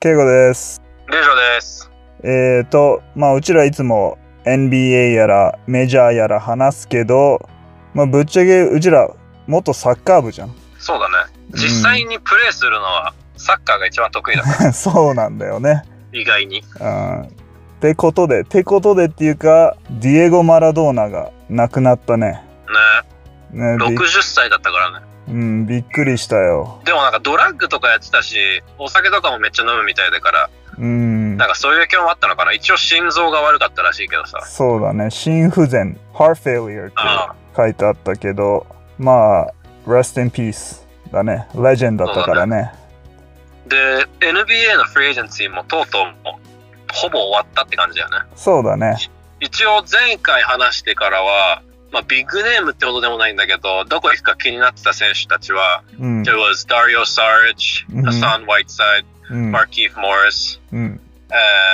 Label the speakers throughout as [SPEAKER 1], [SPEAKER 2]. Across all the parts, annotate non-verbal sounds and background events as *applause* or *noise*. [SPEAKER 1] ケイゴです。
[SPEAKER 2] 以上です。
[SPEAKER 1] えーと、まあ、うちらいつも NBA やらメジャーやら話すけど、まあ、ぶっちゃけうちら元サッカー部じゃん。 *laughs*
[SPEAKER 2] そうだね。実際にプレーするのはサッカーが一番得意だ。
[SPEAKER 1] そうなんだよね。
[SPEAKER 2] *laughs* 意外に。
[SPEAKER 1] うん。ってことで、てことでっていうか、ディエゴ・マラドーナが亡くなったね。
[SPEAKER 2] ね。
[SPEAKER 1] ねび
[SPEAKER 2] 60歳だったからね。
[SPEAKER 1] うん、びっくりしたよ。
[SPEAKER 2] でもなんかドラッグとかやってたし、お酒とかもめっちゃ飲むみたいだから、
[SPEAKER 1] うん
[SPEAKER 2] な。んかそういう影響もあったのかな。一応心臓が悪かったらしいけどさ。
[SPEAKER 1] そうだね。心不全、heart failure って
[SPEAKER 2] あ
[SPEAKER 1] 書いてあったけど、まあ、rest in peace だね。レジェンドだったからね。
[SPEAKER 2] で、NBA のフリーエージェンシーもとうとうもほぼ終わったって感じだよね。
[SPEAKER 1] そうだね。
[SPEAKER 2] 一応前回話してからは、まあ、ビッグネームってほどでもないんだけど、どこ行くか気になってた選手たちは、
[SPEAKER 1] うん
[SPEAKER 2] It was Dario Saric,
[SPEAKER 1] うん
[SPEAKER 2] Hassan Whiteside,
[SPEAKER 1] うん。
[SPEAKER 2] Markeith Morris,
[SPEAKER 1] うん。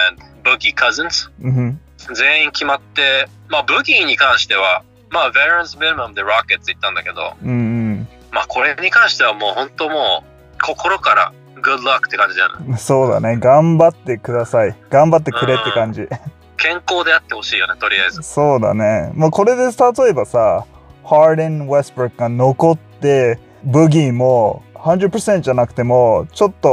[SPEAKER 2] and Boogie Cousins
[SPEAKER 1] うん。
[SPEAKER 2] 全員決まって、まあ、ブギーに関しては、まあ、Veterans Minimum で Rockets 行ったんだけど、
[SPEAKER 1] うん。
[SPEAKER 2] まあ、これに関してはもう本当もう心から Good luck って感じだよね。
[SPEAKER 1] うんそうだね。頑張ってください。頑張ってくれって感じ。
[SPEAKER 2] 健康であってほしいよね、とりあえず。
[SPEAKER 1] そうだね。もうこれで例えばさ、ハーデン・ウェストブルックが残って、ブギーも100%じゃなくても、ちょっと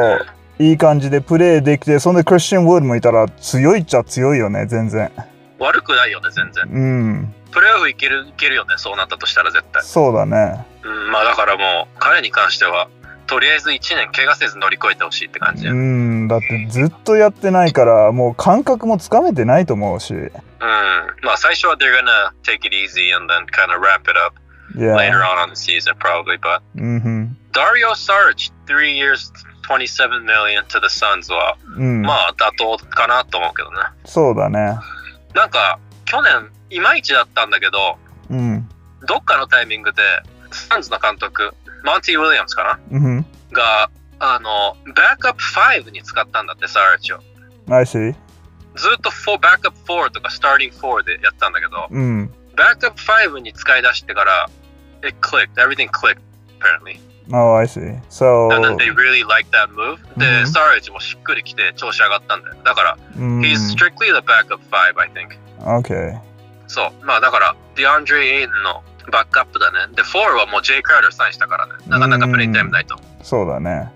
[SPEAKER 1] いい感じでプレーできて、そんでクリスチャン・ウォードもいたら強いっちゃ強いよね、全然。
[SPEAKER 2] 悪くないよね、全然。
[SPEAKER 1] うん。
[SPEAKER 2] プレーオフいけるいけるよね、そうなったとしたら絶対。
[SPEAKER 1] そうだね。
[SPEAKER 2] うん、まあだからもう、彼に関しては、とりあえず1年怪我せず乗り越えてほしいって感じだ
[SPEAKER 1] う
[SPEAKER 2] よね。
[SPEAKER 1] ん。だってずっとやってないから、もう感覚もつかめてないと思うし。
[SPEAKER 2] うん。まあ最初は they're gonna take it easy and then kind of wrap it up
[SPEAKER 1] いや。
[SPEAKER 2] later on on the season probably, but
[SPEAKER 1] うん。
[SPEAKER 2] Dario Saric, three years, 27 million to the Suns は、
[SPEAKER 1] うん。
[SPEAKER 2] まあ妥当かなと思うけどね。
[SPEAKER 1] そうだね。
[SPEAKER 2] なんか、去年、いまいちだったんだけど、
[SPEAKER 1] うん。
[SPEAKER 2] どっかのタイミングで、サンズの監督、マンティ・ウィリアムズかな
[SPEAKER 1] うん。
[SPEAKER 2] が、あの、バックアップ5に使ったんだって、サーリッチを。
[SPEAKER 1] I see.
[SPEAKER 2] ずっと4バックアップ4とかスターティング4でやったんだけど、
[SPEAKER 1] うん。
[SPEAKER 2] バックアップ5に使い出してから、it clicked, everything clicked, apparently.
[SPEAKER 1] Oh, I see.
[SPEAKER 2] And then
[SPEAKER 1] So,
[SPEAKER 2] they really liked that move.
[SPEAKER 1] う
[SPEAKER 2] で、
[SPEAKER 1] ん
[SPEAKER 2] サーリッチもしっくりきて調子上がったんだよ。だから、
[SPEAKER 1] うん。
[SPEAKER 2] He's strictly the backup five, I think.
[SPEAKER 1] mm, Okay.
[SPEAKER 2] そう。まあだから、DeAndre Ayton のバックアップだね。で、4はもう J. Crowder サインしたからね。なかなかプレイタイムないと。
[SPEAKER 1] そうだね。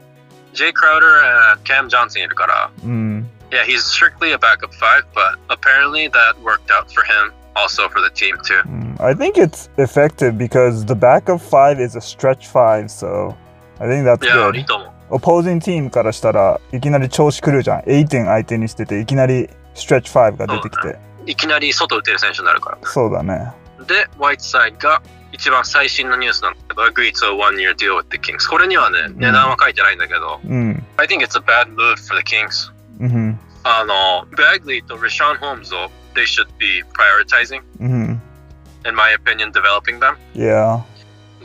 [SPEAKER 2] J. Crowder and Cam Johnson いるから。
[SPEAKER 1] うん。
[SPEAKER 2] Yeah, he's strictly a backup five, but apparently that worked out for him, also for the team too.
[SPEAKER 1] うん mm. I think it's effective because the backup five is a stretch five, so I think that's
[SPEAKER 2] いや、いい
[SPEAKER 1] good.
[SPEAKER 2] と思う。
[SPEAKER 1] Opposing team からしたらいきなり調子狂うじゃん。8点相手にしてていきなりストレッチ5が出てきて。
[SPEAKER 2] いきなり外打てる選手になるから。
[SPEAKER 1] そうだね。
[SPEAKER 2] で、ワイトサイドが一番最新のニュースなんだけど、Agreed to a one-year deal with the Kings。これにはね、
[SPEAKER 1] ん
[SPEAKER 2] 値段は書いてないんだけど、
[SPEAKER 1] うん。
[SPEAKER 2] I think it's a bad move for the Kings.
[SPEAKER 1] うん。
[SPEAKER 2] あの、Bagley と Rashawn Holmes を they should be prioritizing,
[SPEAKER 1] うん。
[SPEAKER 2] in my opinion, developing them.
[SPEAKER 1] mm-hmm. Yeah.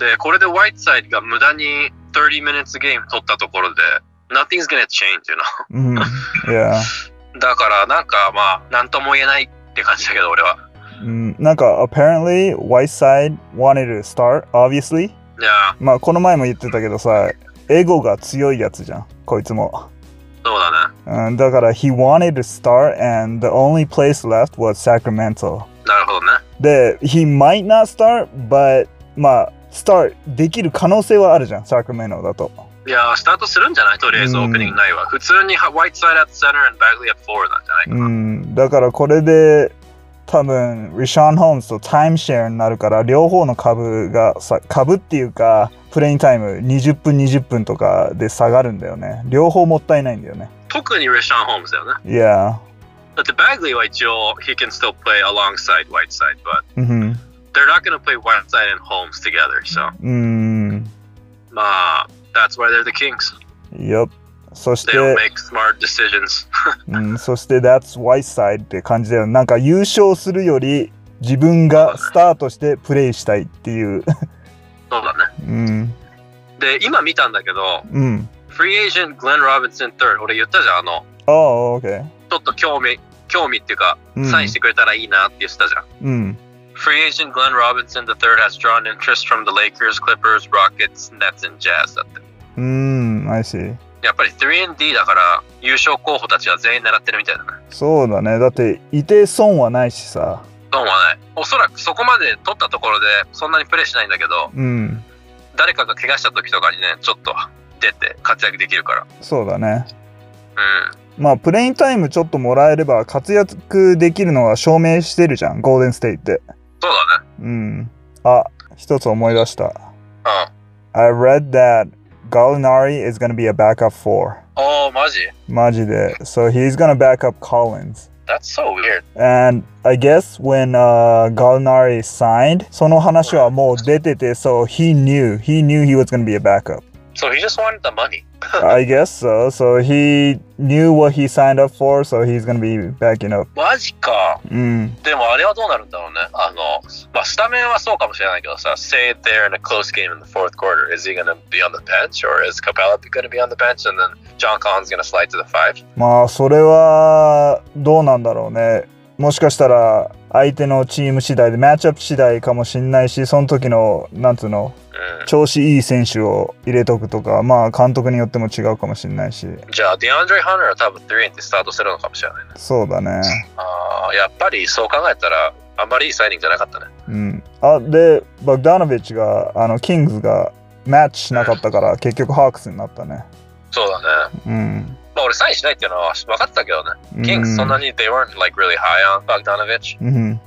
[SPEAKER 2] で、これで Whiteside が無駄に30 minutes game 取ったところで、nothing's gonna change, you
[SPEAKER 1] うん。Yeah. mm-hmm.
[SPEAKER 2] know? だから、なんかまあ、なんとも言えないって感じだけど、俺は。
[SPEAKER 1] うんなんか、apparently, White Side wanted to start, obviously.
[SPEAKER 2] いや
[SPEAKER 1] まあ、この前も言ってたけどさ、エゴが強いやつじゃん。こいつも。
[SPEAKER 2] ー、そうだね。
[SPEAKER 1] うんだから he wanted to start and the only place left was Sacramento
[SPEAKER 2] なるほどね。
[SPEAKER 1] で he might not start but まあ start できる可能性はあるじゃん Sacramento だと
[SPEAKER 2] いやー、スタートするんじゃないとりあえず
[SPEAKER 1] う
[SPEAKER 2] オ
[SPEAKER 1] ん
[SPEAKER 2] ープニングないわ。普通にワイトサイドアットセンター and バグリーアットフォーなんじゃないか
[SPEAKER 1] う
[SPEAKER 2] な。
[SPEAKER 1] んだからこれで多分 Rishon Holmes とタイムシェアになるから両方の株がさ株っていうかプレイングタイム20分20分とかで下がるんだよね両方もったいないんだよね
[SPEAKER 2] 特にレシャン・ホームズだよね。
[SPEAKER 1] いや
[SPEAKER 2] だってバグリーは一応、he can still play alongside Whiteside, but
[SPEAKER 1] うん
[SPEAKER 2] they're not going to play Whiteside and Holmes together, so
[SPEAKER 1] うん
[SPEAKER 2] まあ、that's why they're the Kings.
[SPEAKER 1] よっそして
[SPEAKER 2] They don't make smart decisions. *laughs*
[SPEAKER 1] うん、そして That's White Side って感じだよなんか優勝するより自分がスタートしてプレイしたいっていう。
[SPEAKER 2] そうだね。
[SPEAKER 1] うん。
[SPEAKER 2] で、今見たんだけど、
[SPEAKER 1] うん。
[SPEAKER 2] フリーエージェント、グレン・ロビンソン 3rd、俺言ったじゃん、あの、
[SPEAKER 1] ああ、OK。
[SPEAKER 2] ちょっと興味、興味っていうか、
[SPEAKER 1] うん。
[SPEAKER 2] サインしてくれたらいいなって言ってたじゃん。
[SPEAKER 1] うん。
[SPEAKER 2] Free agent Glenn Robinson III has drawn interest from the Lakers, Clippers, Rockets, Nets, and Jazz. だって
[SPEAKER 1] うん、I see。
[SPEAKER 2] やっぱり 3&D だから優勝候補たちは全員狙ってるみたいだね。
[SPEAKER 1] そうだねだっていて損はないしさ
[SPEAKER 2] 損はない。おそらくそこまで取ったところでそんなにプレーしないんだけど、
[SPEAKER 1] うん
[SPEAKER 2] 誰かが怪我した時とかにね、ちょっと出て活躍できるから。
[SPEAKER 1] そうだね
[SPEAKER 2] うん。
[SPEAKER 1] まあプレインタイムちょっともらえれば活躍できるのは証明してるじゃんゴールデンステイって
[SPEAKER 2] そうだね。
[SPEAKER 1] うんあ一つ思い出した
[SPEAKER 2] うん。
[SPEAKER 1] I read that Gallinari is gonna be a backup four
[SPEAKER 2] おー、マジ
[SPEAKER 1] マジで So he's gonna back up Collins
[SPEAKER 2] That's so weird.
[SPEAKER 1] And I guess when uh, Gallinari signed, その話はもう出てて、so he knew, he knew he was going to be a backup.
[SPEAKER 2] So he just wanted the money.
[SPEAKER 1] I guess so. So he knew what he signed up for, so he's going to be backing up. Mm.
[SPEAKER 2] マジか。
[SPEAKER 1] うん。
[SPEAKER 2] でもあれはどうなるんだろうね。あの、まあ、スタメンはそうかもしれないけどさ、say they're in a close game in the fourth quarter, is he gonna be on the bench or is Capella gonna be on the bench and then John Collins gonna slide to the five?
[SPEAKER 1] まあ、それはどうなんだろうね。もしかしたら相手のチーム次第で、マッチアップ次第かもしんないし、その時の、なんつうの、
[SPEAKER 2] う
[SPEAKER 1] 調子いい選手を入れとくとか、まあ、監督によっても違うかもしんないし。
[SPEAKER 2] ん。じゃあ、ディアンドレ・ハンナーは多分3ってスタートするのかもしれないね。
[SPEAKER 1] そうだね。
[SPEAKER 2] ああ、やっぱりそう考えたら、あんまりいいサイニングじゃなかったね。
[SPEAKER 1] うん、あでバグダノビッチがあのキングズがマッチしなかったから結局ハークスになったね。
[SPEAKER 2] そうだね。
[SPEAKER 1] うん。
[SPEAKER 2] まあ、俺サインしないっていうのは分かってたけどね。
[SPEAKER 1] うん
[SPEAKER 2] キングスそんなに they weren't like really high on Bogdanovich。
[SPEAKER 1] うん。
[SPEAKER 2] うん、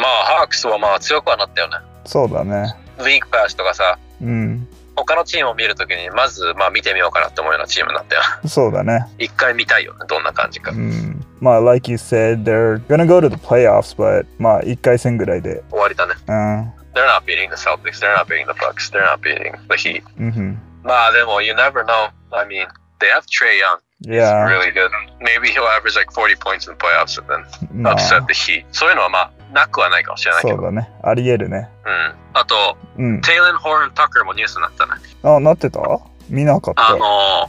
[SPEAKER 2] まあ、ハークスはまあ強くはなったよね。
[SPEAKER 1] そうだね。
[SPEAKER 2] リーグパスとかさ、
[SPEAKER 1] うん。
[SPEAKER 2] 他のチームを見るときにまずまあ見てみようかなって思うようなチームにな *laughs* ったよ
[SPEAKER 1] そうだね。
[SPEAKER 2] 一回見たいよねどんな感じか、
[SPEAKER 1] うん。まあ、like you said, they're gonna go to the playoffs, but まあ、1回戦ぐらいで。
[SPEAKER 2] 終わりだね
[SPEAKER 1] うん。
[SPEAKER 2] They're not beating the Celtics They're not beating the Bucks They're not beating the Heat
[SPEAKER 1] うん。
[SPEAKER 2] まあでも You never know I mean They have Trey Young
[SPEAKER 1] Yeah.
[SPEAKER 2] Really good Maybe he'll average like 40 points in the playoffs And then
[SPEAKER 1] まあ、
[SPEAKER 2] upset the Heat そういうのはまあなくはないかもしれないけど
[SPEAKER 1] そうだね。ありえるね。
[SPEAKER 2] うんあと
[SPEAKER 1] うん。
[SPEAKER 2] テイレン・ホーン・タッカーもニュースになったね
[SPEAKER 1] あ、なってた見なかっ
[SPEAKER 2] あの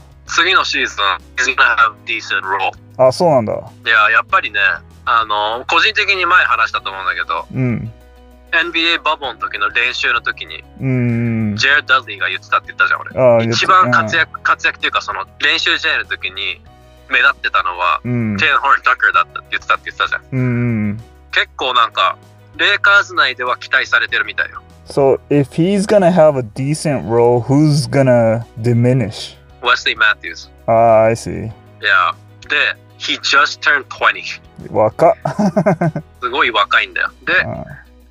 [SPEAKER 2] ー次のシーズン He's gonna have decent role
[SPEAKER 1] た。あ、そうなんだ。
[SPEAKER 2] いややっぱりねあのー個人的に前話したと思うんだけど
[SPEAKER 1] うん。
[SPEAKER 2] NBA バボンの時の練習の時に、
[SPEAKER 1] うん。
[SPEAKER 2] ジェル・ダズリーが言ってたって言ったじゃん、
[SPEAKER 1] あ
[SPEAKER 2] 俺。一番活。躍、活躍っていうか、その練習試合の時に目立ってたのは、
[SPEAKER 1] うん
[SPEAKER 2] テ。イン・ホーン・タッカーだったって言ってたって言ってたじゃん。
[SPEAKER 1] うん。うん
[SPEAKER 2] 結構なんか、レイカーズ内では期待されてるみたいよ。
[SPEAKER 1] So if he's gonna have a decent role, who's gonna diminish?
[SPEAKER 2] ウェスリー・マティーズ。
[SPEAKER 1] Ah, I see.
[SPEAKER 2] いや、で、he just turned 20.
[SPEAKER 1] 若 *laughs* っ。
[SPEAKER 2] すごい若いんだよ。で、
[SPEAKER 1] uh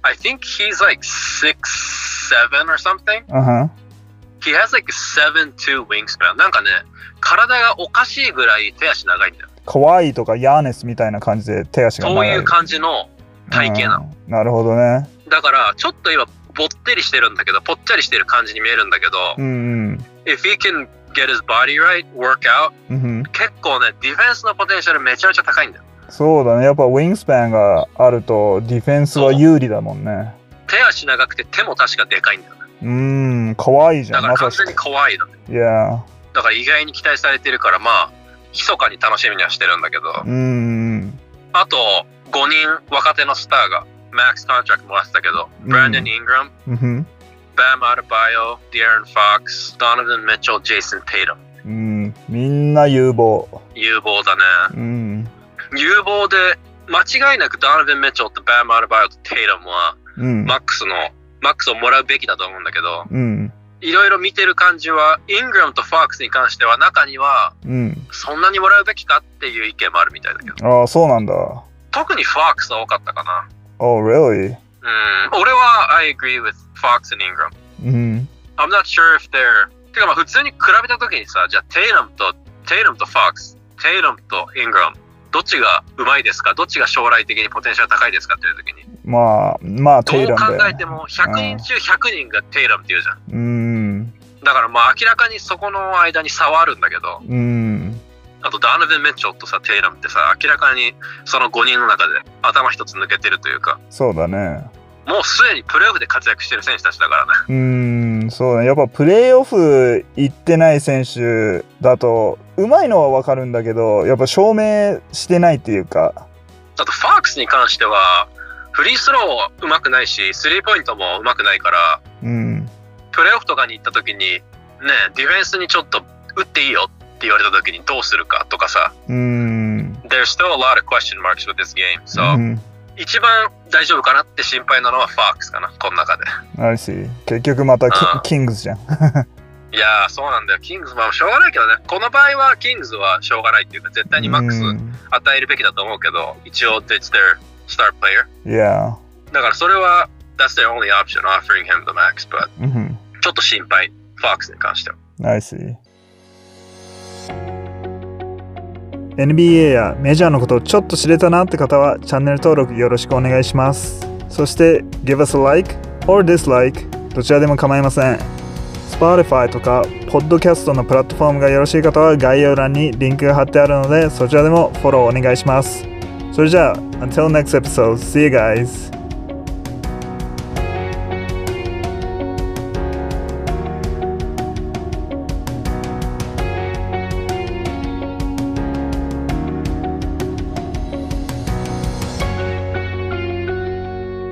[SPEAKER 2] I think he's like 6, 7 or something.
[SPEAKER 1] huh.
[SPEAKER 2] He has like a 7-2 wingspan. なんかね、体がおかしいぐらい手足長いんだよ。
[SPEAKER 1] 可愛いとかヤーネスみたいな感じで手足が
[SPEAKER 2] そ
[SPEAKER 1] 長
[SPEAKER 2] う
[SPEAKER 1] い。
[SPEAKER 2] いう感じの体型なの。
[SPEAKER 1] うんなるほどね。
[SPEAKER 2] だからちょっと今ぼってりしてるんだけどぽっちゃりしてる感じに見えるんだけど、
[SPEAKER 1] うん、
[SPEAKER 2] if he can get his body right work out
[SPEAKER 1] うん。うんふん
[SPEAKER 2] 結構ねディフェンスのポテンシャルめちゃめちゃ高いんだよ
[SPEAKER 1] そうだね。やっぱウィングスパンがあるとディフェンスは有利だもんね。
[SPEAKER 2] 手足長くて手も確かでかいんだよね
[SPEAKER 1] うん、可愛いじゃん。
[SPEAKER 2] だから
[SPEAKER 1] ま
[SPEAKER 2] 完
[SPEAKER 1] さし
[SPEAKER 2] 全に
[SPEAKER 1] く。
[SPEAKER 2] 怖いのね
[SPEAKER 1] Yeah.
[SPEAKER 2] だから意外に期待されてるからまあ密かに楽しみにはしてるんだけど
[SPEAKER 1] うん。
[SPEAKER 2] あと5人若手のスターがマックスコントラクトもらってたけど、
[SPEAKER 1] うん
[SPEAKER 2] ブランデン・イングラム
[SPEAKER 1] うんふん。
[SPEAKER 2] バーム・アルバイオディアン・フォックスドノヴン・ミッチェルジェイソン・テイトム
[SPEAKER 1] うん。みんな有望。
[SPEAKER 2] 有望だね
[SPEAKER 1] うん。
[SPEAKER 2] 有望で間違いなくダーナヴィン・メッチェルとバーム・アルバイオとテイラムは
[SPEAKER 1] うん。
[SPEAKER 2] マックスのマックスをもらうべきだと思うんだけど
[SPEAKER 1] うん。
[SPEAKER 2] いろいろ見てる感じはイングラムとファークスに関しては中には
[SPEAKER 1] うん。
[SPEAKER 2] そんなにもらうべきかっていう意見もあるみたいだけど
[SPEAKER 1] ああ、そうなんだ。
[SPEAKER 2] 特にファークスは多かったかな
[SPEAKER 1] Oh, really?
[SPEAKER 2] うん俺は I agree with Fox and Ingram
[SPEAKER 1] うん。
[SPEAKER 2] I'm not sure if they're てかまあ普通に比べた時にさじゃあテイラムとテイラムとファークステイラムとイングラムどっちがうまいですかどっちが将来的にポテンシャル高いですかっていう時に
[SPEAKER 1] まあ、まあ、
[SPEAKER 2] ど
[SPEAKER 1] テイ
[SPEAKER 2] う
[SPEAKER 1] ラ
[SPEAKER 2] 考
[SPEAKER 1] ンだよ、ね。
[SPEAKER 2] えても100人中100人がテイラムって言うじゃん。
[SPEAKER 1] うん。
[SPEAKER 2] だからまあ明らかにそこの間に差はあるんだけど、
[SPEAKER 1] うん。
[SPEAKER 2] あとダーナヴィン・メッチョルとさ、テイラムってさ、明らかにその5人の中で頭一つ抜けてるというか、
[SPEAKER 1] そうだね。
[SPEAKER 2] もうすでにプレーオフで活躍してる選手たちだからね。
[SPEAKER 1] うん、そうだね。やっぱプレーオフ行ってない選手だと、うまいのはわかるんだけど、やっぱ証明してないっていうか、
[SPEAKER 2] あとファークスに関しては、フリースローうまくないし、スリーポイントもうまくないから、
[SPEAKER 1] うん。
[SPEAKER 2] プレーオフとかに行った時に、ね、ディフェンスにちょっと打っていいよって言われた時にどうするかとかさ、
[SPEAKER 1] うん。
[SPEAKER 2] there's still a lot of question marks with this game. So、
[SPEAKER 1] うん
[SPEAKER 2] 一番大丈夫かなって心配なのは Fox かな、この中で。
[SPEAKER 1] I see 結局またキ
[SPEAKER 2] うん
[SPEAKER 1] キングスじゃん。
[SPEAKER 2] いやー、そうなんだよ。キングズ、まあしょうがないけどね。この場合はキングズはしょうがないっていうか、絶対にマックス
[SPEAKER 1] う
[SPEAKER 2] 与えるべきだと思うけど、一応、it's their star
[SPEAKER 1] ん
[SPEAKER 2] player。
[SPEAKER 1] Yeah.
[SPEAKER 2] だからそれは、that's their only option, offering him the max. But
[SPEAKER 1] うん。
[SPEAKER 2] ちょっと心配、Fox に関しては。
[SPEAKER 1] I see NBA やメジャーのことをちょっと知れたなって方はチャンネル登録よろしくお願いしますそして Give us a like or dislike どちらでも構いません Spotify とか Podcast のプラットフォームがよろしい方は概要欄にリンクが貼ってあるのでそちらでもフォローお願いしますそれじゃあ Until next episode see you guys